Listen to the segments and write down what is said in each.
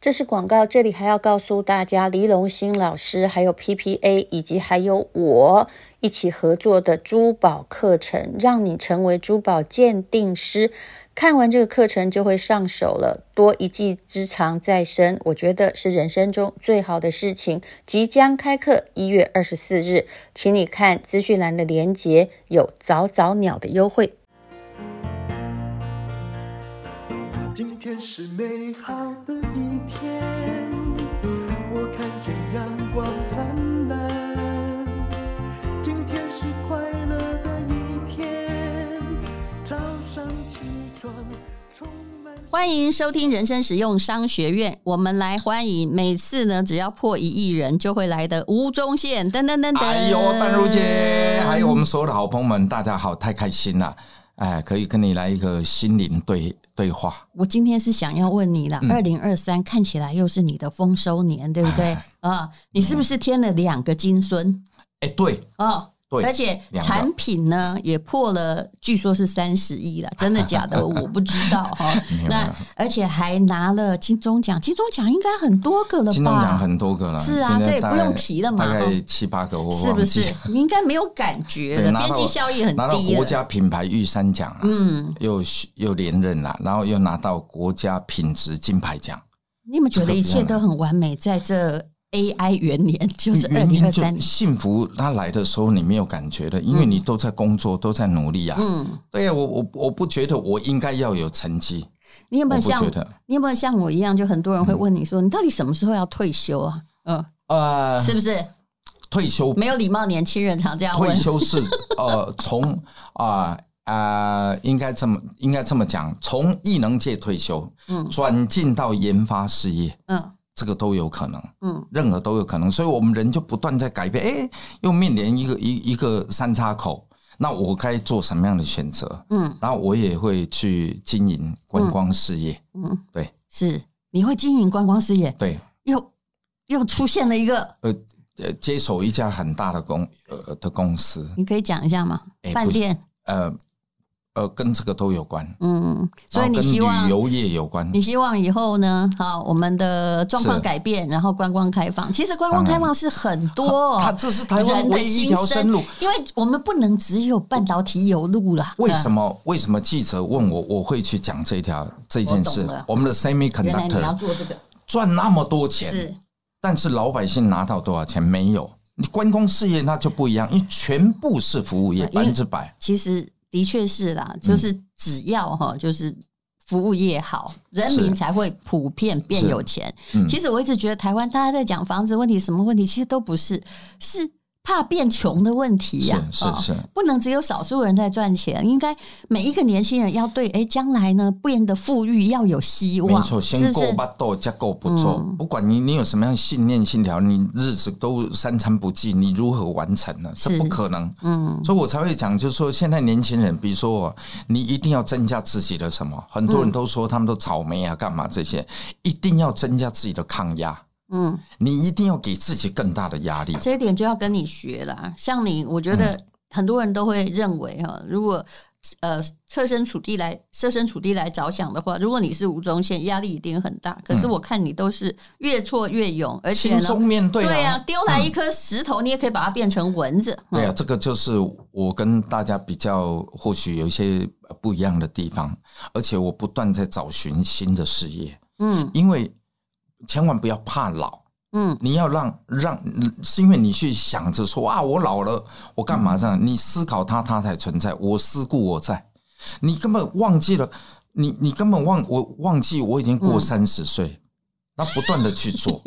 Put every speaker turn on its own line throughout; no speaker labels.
这是广告，这里还要告诉大家，黎龙兴老师还有 PPA 以及还有我一起合作的珠宝课程，让你成为珠宝鉴定师。看完这个课程就会上手了，多一技之长在身，我觉得是人生中最好的事情。即将开课，一月二十四日，请你看资讯栏的连结，有早早鸟的优惠。
今天是美好的一天，我看见阳光灿烂。今天是快乐的一天，早上起床充满。
欢迎收听人生实用商学院，我们来欢迎每次呢，只要破一亿人就会来的吴宗宪，噔噔噔噔，
哎呦，淡如姐，还有我们所有的好朋友们，大家好，太开心了！哎，可以跟你来一个心灵对对话。
我今天是想要问你啦，
嗯
二零二三看起来又是你的丰收年，对不对？啊，你是不是添了两个金孙？
哎，对
哦，
对，
而且
两个
产品呢也破了，据说是三十亿了，真的假的我不知道哈
没。有
那而且还拿了金钟奖，金钟奖应该很多个了吧？
金钟奖很多个了，
是啊
今天
这也
大
不
概
用提了嘛
大概
哦
七八个，我
是
忘
不
记
是
了？
你应该没有感觉
对，
了，
拿
边
到
际效益很
拿到
低
国
了。
家品牌玉山奖了，
嗯，
又又连任了，然后又拿到国家品质金牌奖。
你有没有觉得一切都
啊
很完美？在这 AI 元年，就是二
原
零
因
二
就
三年。
幸福，它来的时候你没有感觉的，因为你都在工作，都在努力啊。
嗯，
对呀，我我我不觉得我应该要有成绩，
你有没有
我不
像
觉得嗯
你有没有像我一样？就很多人会问你说，你到底什么时候要退休啊？嗯，
呃，
是不是
退休
没有礼貌？年轻人常这样
退
问。
休 是呃，从啊啊，应该这么应该这么讲，从艺能界退休，
嗯
转进到研发事业，
嗯
这个都有可能，
嗯，
任何都有可能，所以我们人就不断在改变，哎，又面临一个一一个三叉口，那我该做什么样的选择？
嗯，
然后我也会去经营观光事业，
嗯，
对
是你会经营观光事业，
对，
又又出现了一个，
呃呃，接手一家很大的公呃的公司，
你可以讲一下吗？
哎
饭
不是
店，
呃呃，跟这个都有关，
嗯，所以
然后
你希
跟
望
旅游业有关，
你希望以后呢，好，我们的状况
是
改变，然后观光开放。其实观光
当
开
然
放是很多、
它这是台湾
哦人的
唯一一
心嗯
条生路。，
因为我们不能只有半导体有路啦。
为什
么？
么？为什么记者问我，我会去讲这条这件
我
事
懂了？
我们的
原来你要
semiconductor
做这个
赚那么多钱，
是
但是老百姓拿到多少钱没有？你观光事业那就不一样，因为全部是服务业，
嗯因
百
为
分之百。
其实的确是啦，
嗯
就是只要哈，就是服务业好，人民
是
才会普遍变有钱。
嗯
其实我一直觉得台湾大家在讲房子问题什么问题，其实都不是，是怕变穷的问题呀、
是是
哦
是
不能只有少数人在赚钱，应该每一个年轻人要对哎将来呢变得富裕要有希望，
没错，先
是不
够
是？
巴豆，再够不做。
嗯
不管你你有什么样的信念信条，你日子都三餐不继，你如何完成呢？
是
这不可能。
嗯
所以我才会讲，就是说现在年轻人，比如说我你一定要增加自己的什么？很多人都说他们都草莓啊，干嘛这些，一定要增加自己的抗压，
嗯。
你一定要给自己更大的压力。
这一点就要跟你学啦。像你，我觉
嗯
得很多人都会认为哈，如果呃设身处地来设身处地来着想的话，如果你是吴宗宪，压力一定很大。可是我看你都是越挫越勇，而且
嗯轻松
呢，
面对
对呀、
啊，
丢来一颗石头，你也可以把它变成蚊子。
对啊，这个就是我跟大家比较或许有一些不一样的地方，而且我不断在找寻新的事业，
嗯
因为千万不要怕老，
嗯
你要让让，是因为你去想着说啊，我老了，我干嘛这
嗯
样？你思考它，它才存在；我思故我在，你根本忘记了，你你根本忘我忘记我已经
嗯
过三十岁，那、不断的去 做，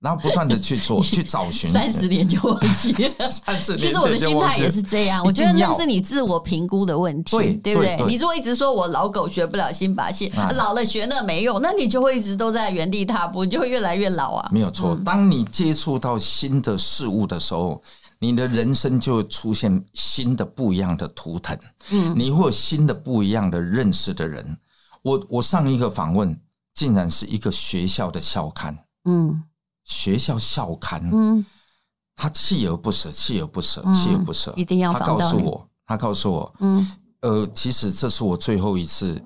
然后不断的去做，去找寻
三十年就忘记了。
三十年
其实我的
前就
心态
忘记了
也是这样，
一
我觉
定
得那
要
是你自我评估的问题，
对
不对？
对对
你如果一直说我老狗学不了新把戏，
啊
老了学那没用，那你就会一直都在原地踏步，你就会越来越老啊。
没有错。当你接触到新的事物的时候，你的人生就会出现新的不一样的图腾，
嗯
你会有新的不一样的认识的人。我我上一个访问，竟然是一个学校的校刊，
嗯
学校校刊，
嗯，
他锲而不舍，锲而不舍，
嗯
锲而不舍，
一定要
他
访
告
到
诉
你
我，他告诉我，
嗯
呃，其实这是我最后一次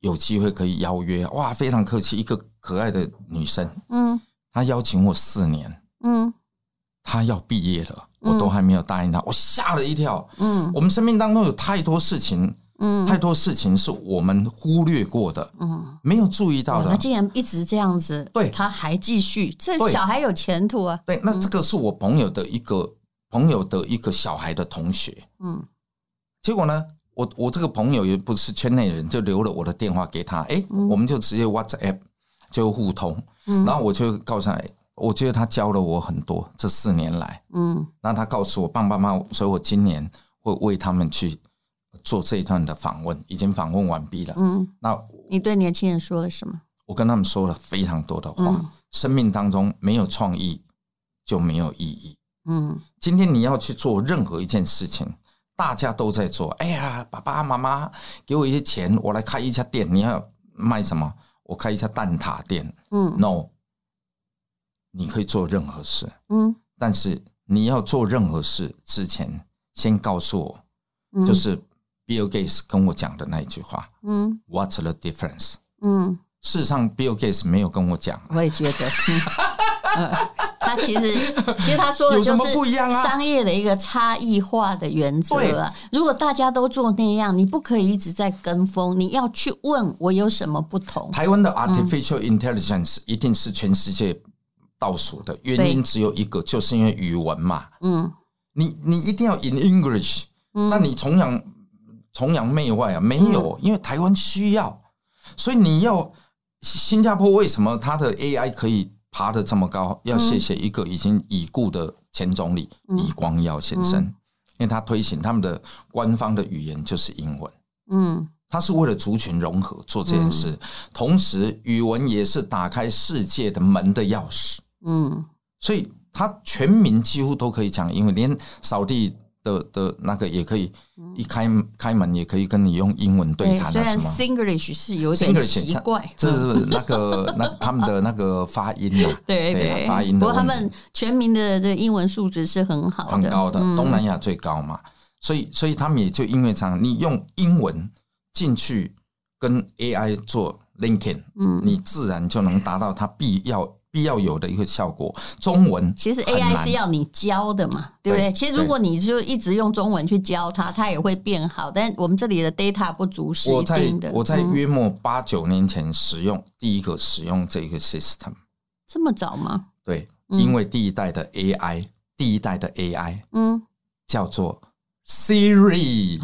有机会可以邀约，哇，非常客气，一个可爱的女生，
嗯
她邀请我四年，
嗯
她要毕业了，
嗯
我都还没有答应她，我吓了一跳。
嗯
我们生命当中有太多事情，
嗯
太多事情是我们忽略过的，
嗯，
没有注意到
哇他
的。
竟然一直这样子，
对
他还继续，这
对
小孩有前途啊，
对，那这个是我朋友的一个朋友的一个小孩的同学，
嗯
结果呢，我我这个朋友也不是圈内人，就留了我的电话给他，诶，我们就直接 WhatsApp 就互通，
嗯
然后我就告诉他，诶我觉得他教了我很多，这四年来，
嗯
那他告诉我爸爸妈妈，所以我今年会为他们去做这一段的访问，已经访问完毕了。
嗯，
那
你对年轻人说了什么？
我跟他们说了非常多的话，
嗯
生命当中没有创意就没有意义。
嗯
今天你要去做任何一件事情，大家都在做。哎呀，爸爸妈妈给我一些钱，我来开一家店。你要卖什么？我开一家蛋挞店。
嗯
No，你可以做任何事，
嗯
但是你要做任何事之前，先告诉我，
嗯，
就是 Bill Gates 跟我讲的那一句话
嗯
：What's the difference？
嗯。
事实上，Bill Gates 没有跟我讲。
我也觉得。 嗯呃他其实，其实他说的
有什
就
么
是
不一样啊
商业的一个差异化的原则啊。如果大家都做那样，你不可以一直在跟风，你要去问我有什么不同。
台湾的 artificial intelligence 一定是全世界倒数的，原因只有一个，就是因为语文嘛。
嗯
你你一定要 in English，、
嗯，
那你崇洋崇洋媚外啊？没有，因为台湾需要，所以你要新加坡为什么它的 AI 可以爬得这么高？要谢谢一个已经已故的前总理李光耀先生，因为他推行他们的官方的语言就是英文。
嗯
它是为了族群融合做这件事，同时语文也是打开世界的门的钥匙，
嗯
所以它全民几乎都可以讲英文，连扫地的的那个也可以，一开开门也可以跟你用英文对谈
嗯虽
啊
然
什么。
Singlish 是有
Singlish，
点奇怪，嗯
这是那个那他们的那个发音啊，
对
对发音
不
的
过他
问题
们全民的这英文素质是很 好的，嗯
很高的，东南亚最高嘛，所以所以他们也就因为这样，你用英文进去跟 AI 做 linking，
嗯
你自然就能达到它必要必要有的一个效果。中文
其实
很
AI
难
是要你教的嘛，对不对？
对
其实如果你就一直用中文去教它，它也会变好。但我们这里的 data 不足是
我
一
在
定的。
我在
嗯
约莫八九年前使用第一个使用这个 system，
这么早吗？
对，
嗯
因为第一代的 AI，第一代的 AI
嗯
叫做 Siri。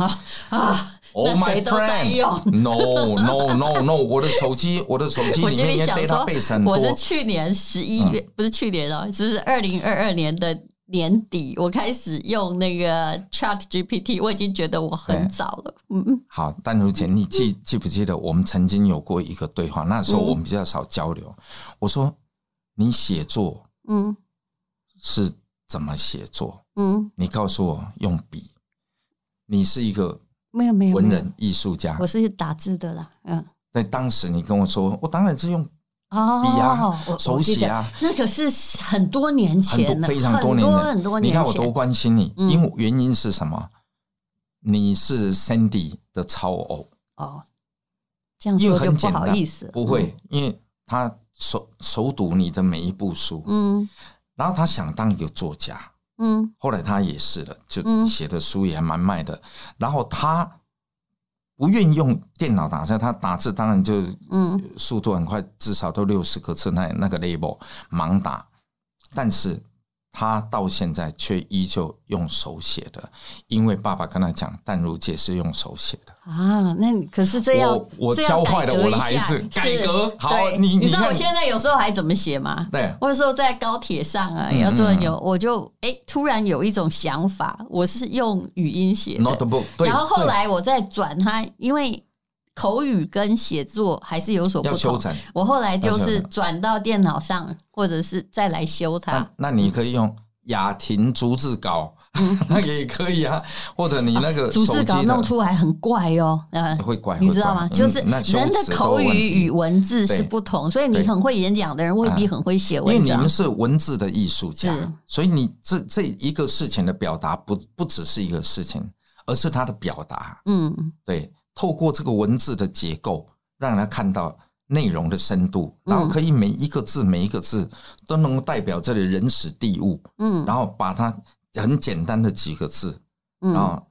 啊，
Oh
那
my
谁都在
friend,
用
no no no no，我的手机我的手机
我
里
心
面
里
因为
想说
database 很，多嗯
我，是去年十一月，不是去年哦，就是二零二二年的年底，我开始用那个 Chat GPT，我已经觉得我很
对
早了。嗯
好，丹如姐，你记记不记得我们曾经有过一个对话？那时候
嗯
我们比较少交流。我说你写作
嗯
是怎么写作？
嗯，
你告诉我用笔。你是一个
没有没有，
文
没有
人艺术家
嗯我，是打字的啦。嗯。
对，当时你跟我说，我当然是用
哦，
笔啊
我、
手写。啊，
我记得那可是很多年
很
前
多
了，
非常
多
年
很多
你
年
看
前。
我多关心你，
嗯
因为原因是什么？你是 Sandy 的超偶，
哦，这样
因为
说就
很
不
简
好
单
意思，，
不会，
嗯
因为他熟熟读你的每一部书，
嗯。
然后他想当一个作家，
嗯
后来他也是了，就
嗯
写的书也还蛮卖的。然后他不愿意用电脑打字，他打字当然就
嗯
速度很快，至少都六十个字那那个 label 盲打。但是他到现在却依旧用手写的，因为爸爸跟他讲，淡如姐是用手写的。
啊，那你可是这要
我我
这要
教坏了
改革
我的
一
孩子
下
改
是
革好
对
你
你知
你
道
看
我现在有时候还怎么写吗？
对，
我有时候在高铁上啊，
嗯
要做牛，我就哎、突然有一种想法，我是用语音写的
notebook 对。
然后后
对
来我再转它，因为口语跟写作还是有所
要
不
修
同。
整，
我后来就
要修
是
整
转到电脑上，或者是再来修它
那。那你可以用雅婷逐字稿， 那个也可以啊，或者你那个
嗯啊逐
手
字
机
稿
的
弄出来很怪哦，嗯，
会怪，
你
会
知道
怪
吗？
嗯
就是
那修
人
辞
的
都
口
有问
语
题
与文字
对
是不同，所以你
对
很会演讲的人未必很会写
因为
文
你
章
们。是文字的艺术家
是，
所以你这这一个事情的表达不不只是一个事情，而是它的表达。
嗯
对，透过这个文字的结构，让他看到内容的深度，
嗯
然后可以每一个字每一个字都能够代表这里人史地物，
嗯
然后把它很简单的几个字，然
嗯
后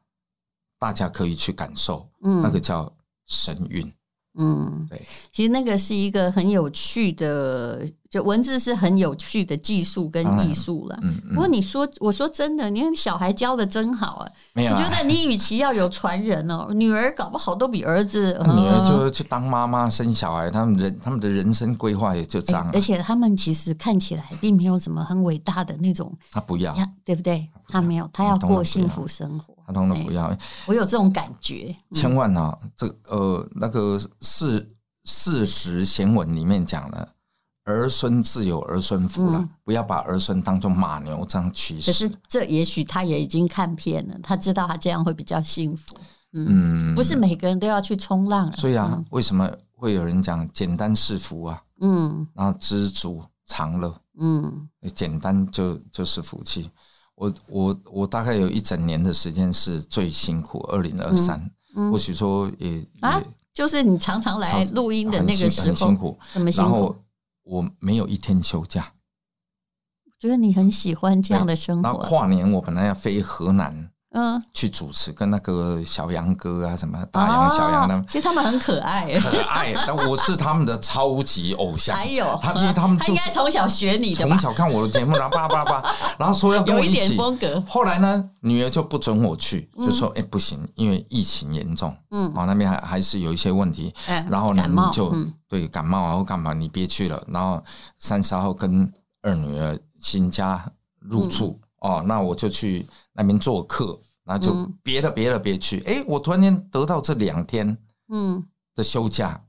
大家可以去感受，
嗯
哦那个叫神韵。
嗯，
对，
其实那个是一个很有趣的，就文字是很有趣的技术跟
当然
艺术啦。
嗯
不过
嗯，
你说，我说真的，你看小孩教的真好啊！
没有
我
啊
觉。得你与其要有传人哦，女儿搞不好都比儿子。
那啊女儿
呃
就去当妈妈生小孩，他们人他们的人生规划也就这样
哎
啊
而，且他们其实看起来并没有什么很伟大的那种，
他啊不要，
哎呀对不对？他没有，他
嗯
要
当然
过
不
幸
要
福生活。
他通
哎
通不要。
我有这种感觉。嗯
千万啊，这个呃那个事事实贤文里面讲了，儿孙自有儿孙福了，
嗯
不要把儿孙当做马牛这样驱
可是
使。
这也许他也已经看遍了，他知道他这样会比较幸福。
嗯，
不是每个人都要去冲浪啊。
所以啊，为什么会有人讲简单是福啊？
嗯
然后知足常乐，
嗯
简单就就是福气。我我我大概有一整年的时间是最辛苦，二零二三，或许说也
嗯啊
也，
就是你常常来
常
录音的
很
那个
辛
时
很
候，
辛苦，
怎么辛
然
苦
后？我没有一天休假。
觉得你很喜欢这样的生
然后
活。
跨年我本来要飞河南
嗯，
去主持，跟那个小杨哥啊什么大杨、小杨他
哦
们
其实他们很可爱。
可爱，但我是他们的超级偶像。
还有
他因为他们
他
就
应
是
该从小学你的吧
从？小看我的节目，然后叭叭叭，然后说要跟
有
我
一
一
点
起。
风格。
后来呢，女儿就不准我去，就说：“哎、不行，因为疫情严重，
嗯
哦，那边还还是有一些问题。
哎
然后呢，
感冒
你就、
嗯
对感冒啊或干嘛，你别去了。然后三十号跟二女儿新家
嗯
入住、哦，那我就去那边做客，然后就
嗯
别了别了别去。哎、我突然间得到这两天
嗯
的休假，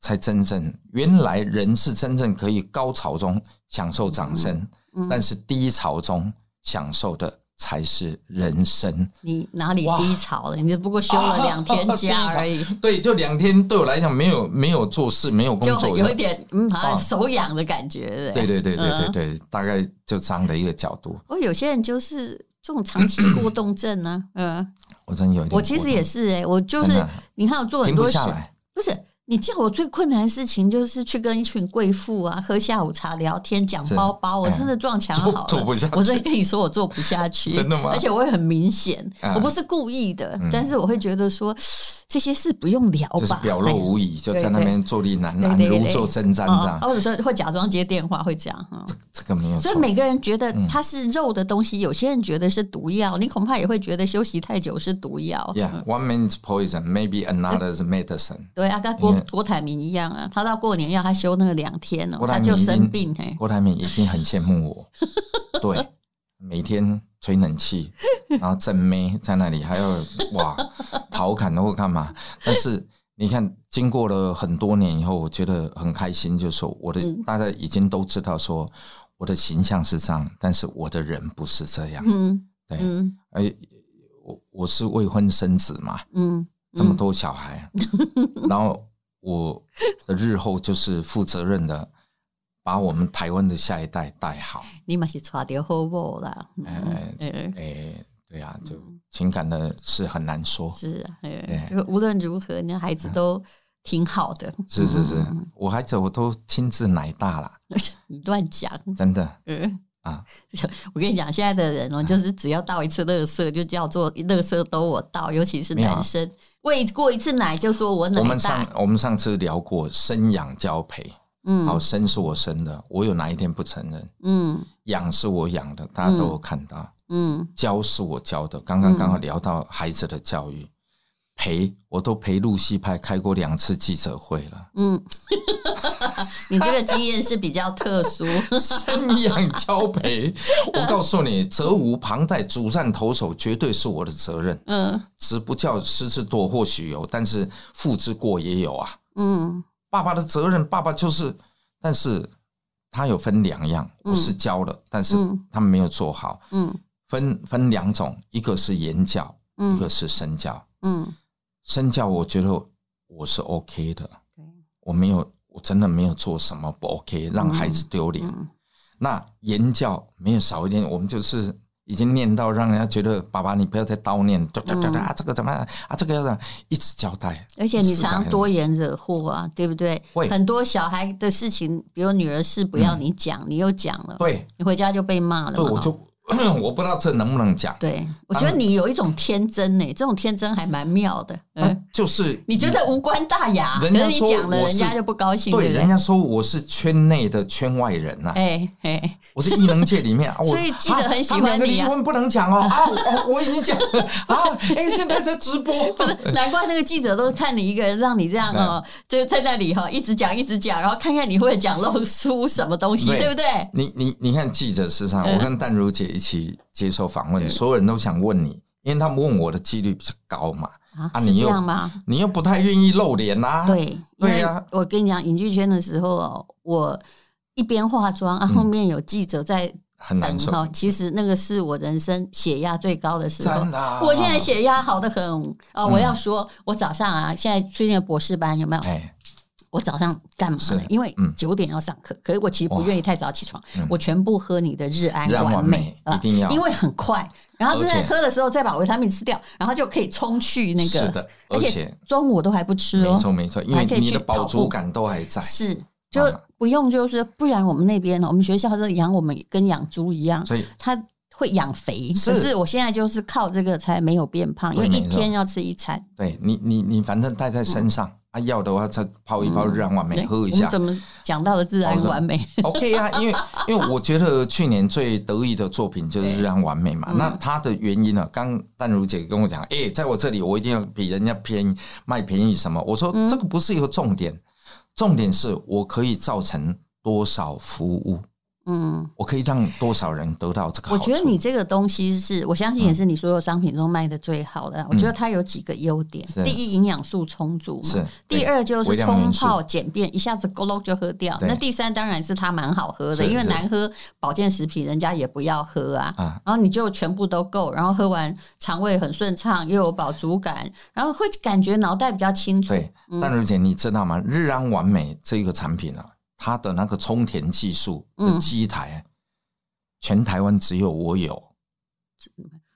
才真正原来人是真正可以高潮中享受掌声，
嗯
但是低潮中享受的才是人生。
你哪里
哇
低潮了？你只不过休了两天假而 已，
对，就两天对我来讲没有没有做事，没有工
就
作，
有一点嗯，好像
啊
手痒的感觉。对不
对
对
对对对对
嗯
对，大概就这样的一个角度，
不过有些人就是这种长期过动症啊，嗯。
我真 有一点。
我其实也是哎、我就
真
是
的啊
你看我做很
停
多
不
事
下，来，
不是你叫我最困难的事情就是去跟一群贵妇啊喝下午茶聊天讲
是
包包，我
嗯
真的撞墙
做
好
做
了
不下。去
我真的跟你说，我做不下去，
真的吗
而且我会很明显，
嗯
我不是故意的
嗯，
但是我会觉得说这些事不用聊
就是
吧，
表露无遗，就
对
在那边坐立难安，
对对对
如坐针毡
哎
这
呀。
样。
哦，或者是会假装接电话，会这样哈。
这个没有错
所以，每个人觉得它是肉的东西，有些人觉得是毒药，你恐怕也会觉得休息太久是毒药。
Yeah, one man's poison, maybe another's medicine。
对啊，跟郭
因为
郭台铭一样啊，他到过年要他休那个两天哦，
郭
他
台铭
就
一定
生病嘿。
郭台铭一定很羡慕我，对，每天吹冷气，然后正妹在那里，还有哇调侃或干嘛。但是你看，经过了很多年以后，我觉得很开心，就是说我的、
嗯
大家已经都知道说。我的形象是这样，但是我的人不是这样。
嗯
对，
嗯
哎、我我是未婚生子嘛，
嗯，
这么多小孩，然后我的日后就是负责任的把我们台湾的下一代带好。
你嘛是抓到好某啦。
哎
嗯嗯，
哎、对啊，就情感的是很难说。
是啊，哎
哎
就无论如何，那孩子都挺好的。
是是是
嗯，
我孩子我都亲自奶大了，
你乱讲。
真的。
嗯
啊，
我跟你讲，现在的人哦，就是只要倒一次垃圾，就叫做垃圾都我倒，尤其是
没有啊
男生喂过一次奶就说我奶
我们上
大，
我们上次聊过生养交配，好
嗯
生是我生的，我有哪一天不承认？
嗯
养是我养的，大家都有看到。
嗯
教是我教的，刚刚
嗯，
刚好聊到孩子的教育，陪我都陪露西派开过两次记者会了
嗯，你这个经验是比较特殊。
生养交陪，我告诉你，责无旁贷，主战投手绝对是我的责任。
嗯
子不教，师之惰或许有，但是父之过也有啊。
嗯
爸爸的责任，爸爸就是，但是他有分两样，
嗯
我是教了，但是
嗯
他们没有做好，
嗯
分分两种，一个是言教，一
嗯
个是身教。
嗯
身教我觉得我是 OK 的
对，
我没有，我真的没有做什么不 OK，让孩子丢脸。
嗯
那言教没有少一点，我们就是已经念到让人家觉得爸爸你不要再叨念，哒哒哒
嗯
哒，啊这个怎么样啊这个要怎么样一直交代，
而且你
是的
常常多言惹祸啊，对不对
会？
很多小孩的事情，比如女儿事不要你讲，你又讲了，
对
你回家就被骂了
对，
嘛。
我就
嗯
我不知道这能不能讲，
对，我觉得你有一种天真呢、这种天真还蛮妙的。
但
嗯，
就是
你觉得无关大雅，可
啊人家
是你
说
讲了，
我
人家
是
就不高兴，
对
不
人
对？
家说我是圈内的圈外人呐、
哎 哎，
我是艺能界里 面，啊、我
所以记者很喜欢
啊他们两个
你
离
啊
婚不能讲哦， 啊，我我已经讲了 啊，哎，现在在直 播，
不是，难怪那个记者都看你一个人，让你这样哦，就在那里哈、一直讲一直讲，然后看看你会不会讲漏出什么东西，
对
对不对？
你你你看记者时常，
嗯
我跟淡如姐一起接受访
哎
问，所有人都想问你，因为他们问我的几率比较高嘛，
啊，
啊
是
你
这
又
样吗？
你又不太愿意露脸啊啦、
对，因
对
为
呀
我跟你讲，影剧圈的时候哦，我一边化妆啊，后面有记者在
很嗯难
等
受，
哈。其实那个是我人生血压最高的时候
真。的啊、嗯
我现在血压好的很哦，我要说，我早上啊，现在去那个博士班有没有？
哎，
我早上干嘛呢
是？
因为
嗯
九点要上课，可是我其实不
哇嗯
愿意太早起床，我全部喝你的日安
日安
完
完美
啊
一定要
因为很快，然后正在
而且
喝的时候再把维他命吃掉，然后就可以冲去那个。
是的，而且
中午我都还不吃哦
没，错没错，因
还
为
可以
你
去
的
跑
饱
步
足感都还在，
是，就
啊
不用就是，不然我们那边呢，我们学校是养我们跟养猪一样，
所以
它会养肥。
是
可是我现在就是靠这个才没有变胖，因
对
为一
没错
天要吃一餐。
对你你你反正带在身上、啊，要的话再泡一泡日安完美、
嗯对
喝一
我们
下
怎么讲到了自然完美？
，OK 啊，因为因为我觉得去年最得意的作品就是日安完美嘛，
嗯
那它的原因呢，刚淡如姐跟我讲，哎、在我这里我一定要比人家便宜卖便宜什么，我说
嗯
这个不是一个重点，重点是我可以造成多少服务，
嗯，
我可以让多少人得到这个好
我
处，嗯
觉得你这个东西是我相信也是你所有商品中卖的最好的啦。我觉得它有几个优点：
是
第一，营养素充足嘛
是；
第
对
二，就是
微量
冲
元素
泡简便，一下子咕噜就喝掉。
对
那第三，当然是它蛮好喝的，
是
因为
是
难喝保健食品人家也不要喝啊。
啊，
然后你就全部都够，然后喝完肠胃很顺畅，又有饱足感，然后会感觉脑袋比较清楚。
对，淡如姐，你知道吗？日安完美这个产品啊，它的那个充填技术
嗯
的机台，全台湾只有我有。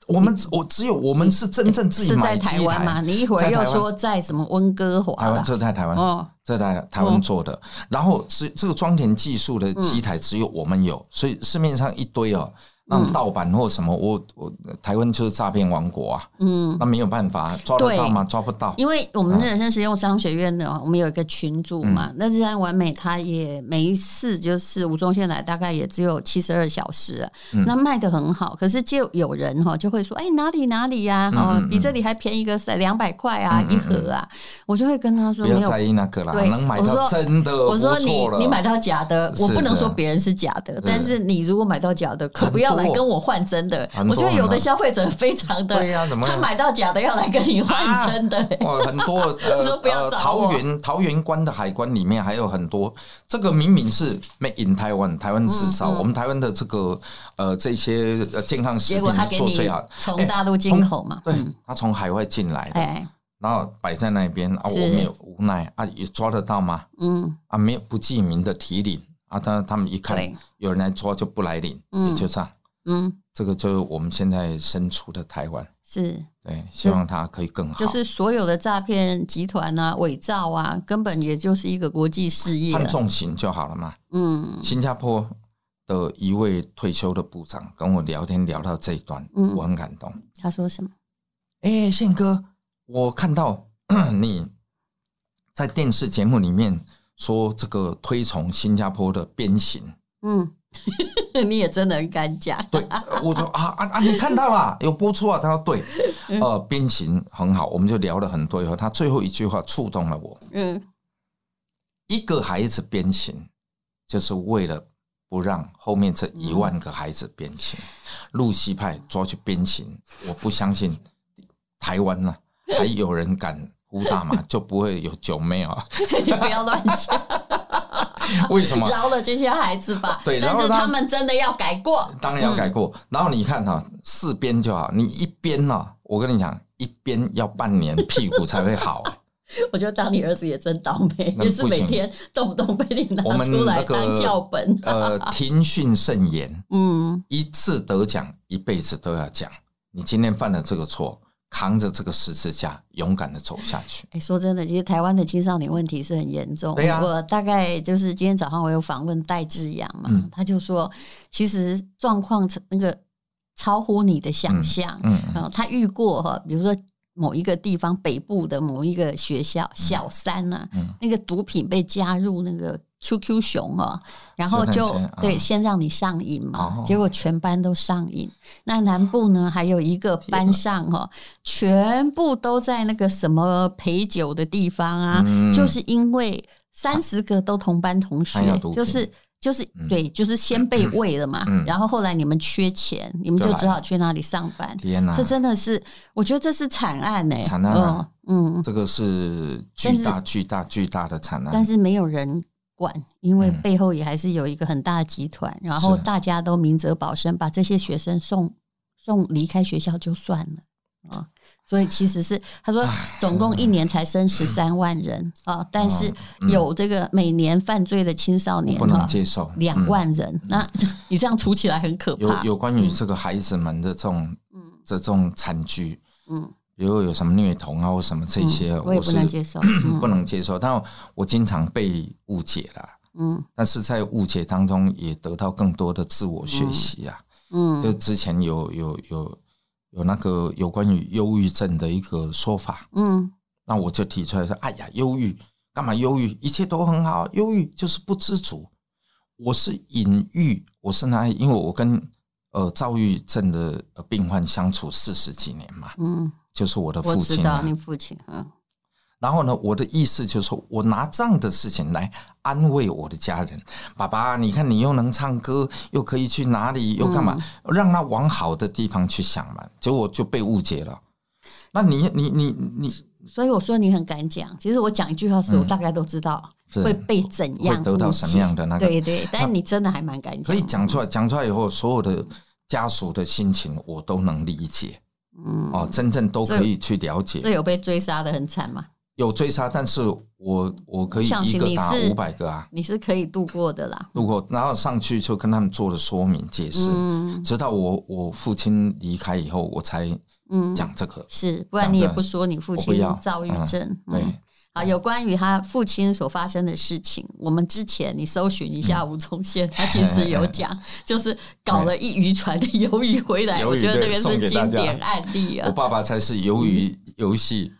我们我只有我们是真正自己
是在
买机
台湾嘛？
台，
你一会儿
在
又
台湾
说在什么温哥华
台湾
啦？
这在台湾，
哦，嗯
这在台湾做的。然后是这个装填技术的机台只有我们有，所以市面上一堆哦，那
嗯
种盗版或什么，我我台湾就是诈骗王国啊，
嗯，
那没有办法，抓得到吗？抓不到。
因为我们人生实用商学院的，我们有一个群组
嗯
嘛，那自然完美，它也每一次就是吴宗宪来，大概也只有七十二小时啊、
嗯
那卖的很好。可是就有人哈就会说，哎，哪里哪里呀、
嗯
哦，比这里还便宜个三两百块啊，一盒啊，我就会跟他说
不
没
要
有
在意那个啦，
对
能买
我说
到真的
我
不
说
错了。
你你买到假的，
是
我不能
是啊嗯
说别人是假的，但是你如果买到假的，可
很
不要来
多
跟我换真的。
很
我
多
觉得有的
很多
消费者非常的，
对呀怎么
他
样
买到假的要来跟你
啊
换真的、欸
哇，很 多
说
呃
不要
呃，
找我
桃园桃园关的海关里面还有很多，这个明明是 made in 台湾，台湾制
嗯
造，我们台湾的这个呃这些呃健康食
结果
品
他
是
给
做
你
最好的，
从
哎
大陆进口嘛，
对，他从海外进来的，
哎，
然后摆在那边啊，我
是
们也无奈啊，也抓得到吗？
嗯，
啊，没有不记名的提领啊，他他们一看
对
有人来抓就不来领，
嗯
也就这样，
嗯，
这个就是我们现在身处的台湾，
是，
对，希望它可以更好
就。是所有的诈骗集团啊、伪造啊，根本也就是一个国际事业
判
了，
重刑就好了嘛，
嗯
新加坡的一位退休的部长跟我聊天聊到这一段，
嗯
我很感动。
他说什么？
哎、宪哥，我看到 你在电视节目里面说这个推崇新加坡的鞭刑，
嗯， 你也真的很敢讲，
对，呃我说啊啊啊，你看到啦，有播出啊。他说对，
嗯
呃，鞭刑很好，我们就聊了很多以后，他最后一句话触动了我，
嗯，
一个孩子鞭刑，就是为了不让后面这一万个孩子鞭刑。路西派抓去鞭刑，我不相信台湾呢、还有人敢呼大麻，就不会有九妹啊？
你不要乱 讲。
为什么？
饶了这些孩子吧。
对
但
饶
是
了他
他们真的要改过。
当然要改过。然后你看哈、四啊边就好，你一边呢、我跟你讲，一边要半年屁股才会好。啊
我觉得当你儿子也真倒霉，
那
也是
不
每
行
天动不动被你拿
我们
出来
那
当
个
教本。
呃，庭训慎言，
嗯
一次得奖，一辈子都要讲。你今天犯了这个错，扛着这个十字架，勇敢的走下去。
哎，说真的，其实台湾的青少年问题是很严重。
对啊
我大概就是今天早上我有访问戴志阳嘛，
嗯
他就说，其实状况那个超乎你的想象。
嗯，嗯
嗯，他遇过哈，比如说某一个地方北部的某一个学校小三呐、
嗯
那个毒品被加入那个 QQ 熊哦，然后
就
就
让你先
对
啊
先让你上瘾嘛
哦，
结果全班都上瘾。那南部呢，还有一个班上哦，全部都在那个什么陪酒的地方啊，
嗯
就是因为三十个都同班同学
还有毒，品
就是。就是
嗯
对，就是先被喂了嘛，
嗯
然后后来你们缺钱，你们
就
就
来
只好去那里上班。
天哪、
这真的是，我觉得这是惨案呢、欸
惨案啊
嗯，嗯，
这个是巨大、巨大、巨大的惨啊案。
但是没有人管，因为
嗯
背后也还是有一个很大的集团，然后
是
大家都明哲保身，把这些学生送送离开学校就算了啊。所以其实是他说，总共一年才生十三万人啊，但是有这个每年犯罪的青少年
哦嗯不
哈
能，接受
两、
嗯
万人，那你这样除起来很可怕
有。有关于这个孩子们的这种、
嗯
这种惨剧，
嗯，
比如有什么虐童啊或什么这些，
嗯我也不
是
能接受。嗯
不能接受。但我经常被误解啦，
嗯
但是在误解当中也得到更多的自我学习啊。
嗯，
就之前有有有有那个有关于忧郁症的一个说法，
嗯
那我就提出来说：“哎呀，忧郁干嘛忧郁？一切都很好，忧郁就是不知足。”我是隐喻，我是拿来，因为我跟呃躁郁症的呃病患相处四十几年嘛，
嗯，
就是我的
我
父
知
亲
道
啊。
你父亲，嗯
然后呢，我的意思就是说，我拿这样的事情来安慰我的家人。爸爸，你看你又能唱歌，又可以去哪里，又干嘛？
嗯
让他往好的地方去想嘛。结果就被误解了。那你你你你
所以我说你很敢讲。其实我讲一句话时，我大概都知道
是
会被怎样
嗯会得到
误解
什么样的那个
对对，但你真的还蛮敢讲，
可以，讲出来，讲出来以后，所有的家属的心情我都能理解
嗯，
哦，真正都可以去了解
这。有被追杀的很惨嘛？
有追杀，但是我我可以
我相信
一个
你
打
是
五百个啊。
你是可以度过的啦。
如果然后上去就跟他们做了说明解释，
嗯
直到我我父亲离开以后，我才
嗯，
讲这个。
是，不然你也
讲真
不说你父
我不
亲
要
躁郁
嗯
症，
对，
嗯。好，有关于他父亲所发生的事情，我们之前你搜寻一
嗯
下吴宗宪，他其实 有讲，就是搞了一渔船的鱿鱼回来，
哎 鱿
我
鱼
觉得那
对
个
送
是
给大
经
家
典案例啊
我。爸爸才是鱿鱼游戏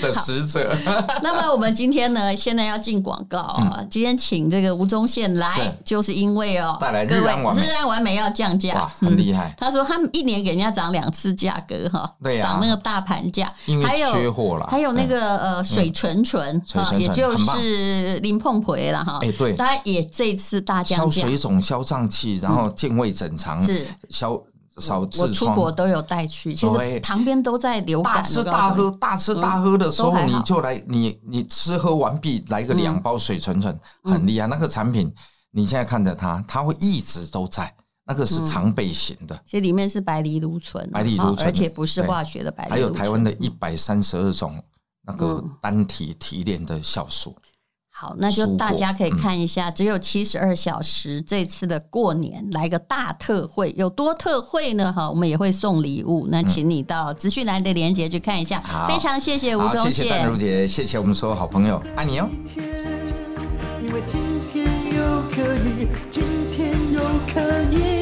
的使者。
那么我们今天呢，现在要进广告啊。今天请这个吴宗宪来
嗯是，
就是因为哦，
带来
各位
日安完美
日安完美要降价嗯
哇，，很厉害，
他说他们一年给人家涨两次价格哈，
对啊
涨那个大盘价，
因为
还
缺
有
货哎了。
还有那个呃水纯纯
嗯水
啊，
纯纯
也就
很棒
是林碰培了哈
哎，对
他也这次大
对消
降价，
水肿、消胀气，然后健胃整肠，
是
消少
我
痔
出国
疮。
都有带去，其实
对
旁边都在流
大
感，
吃
我告诉
大
你
喝，大吃大喝的时候
都还，好嗯
你就来，你你吃喝完毕，来个两包水纯纯，很厉害。那个产品，你现在看着它，它会一直都在，那个是常备型的。
其实里面是白藜芦醇，
白藜芦醇
而且不是
对
化学的白藜芦
还
醇，
有台湾的一百三十二种那个
嗯
单体提炼的酵素，
好，那就
蔬果嗯
大家可以看一下，只有七十二小时，这次的过年来个大特惠，有多特惠呢？哈，我们也会送礼物，那请你到资讯栏的链接去看一下。
嗯好
非常谢哎谢吴
好，
宗
谢谢淡
宪
如。姐，谢谢我们所有好朋友，爱你哦。
天，因为今天又可以，今天又可以。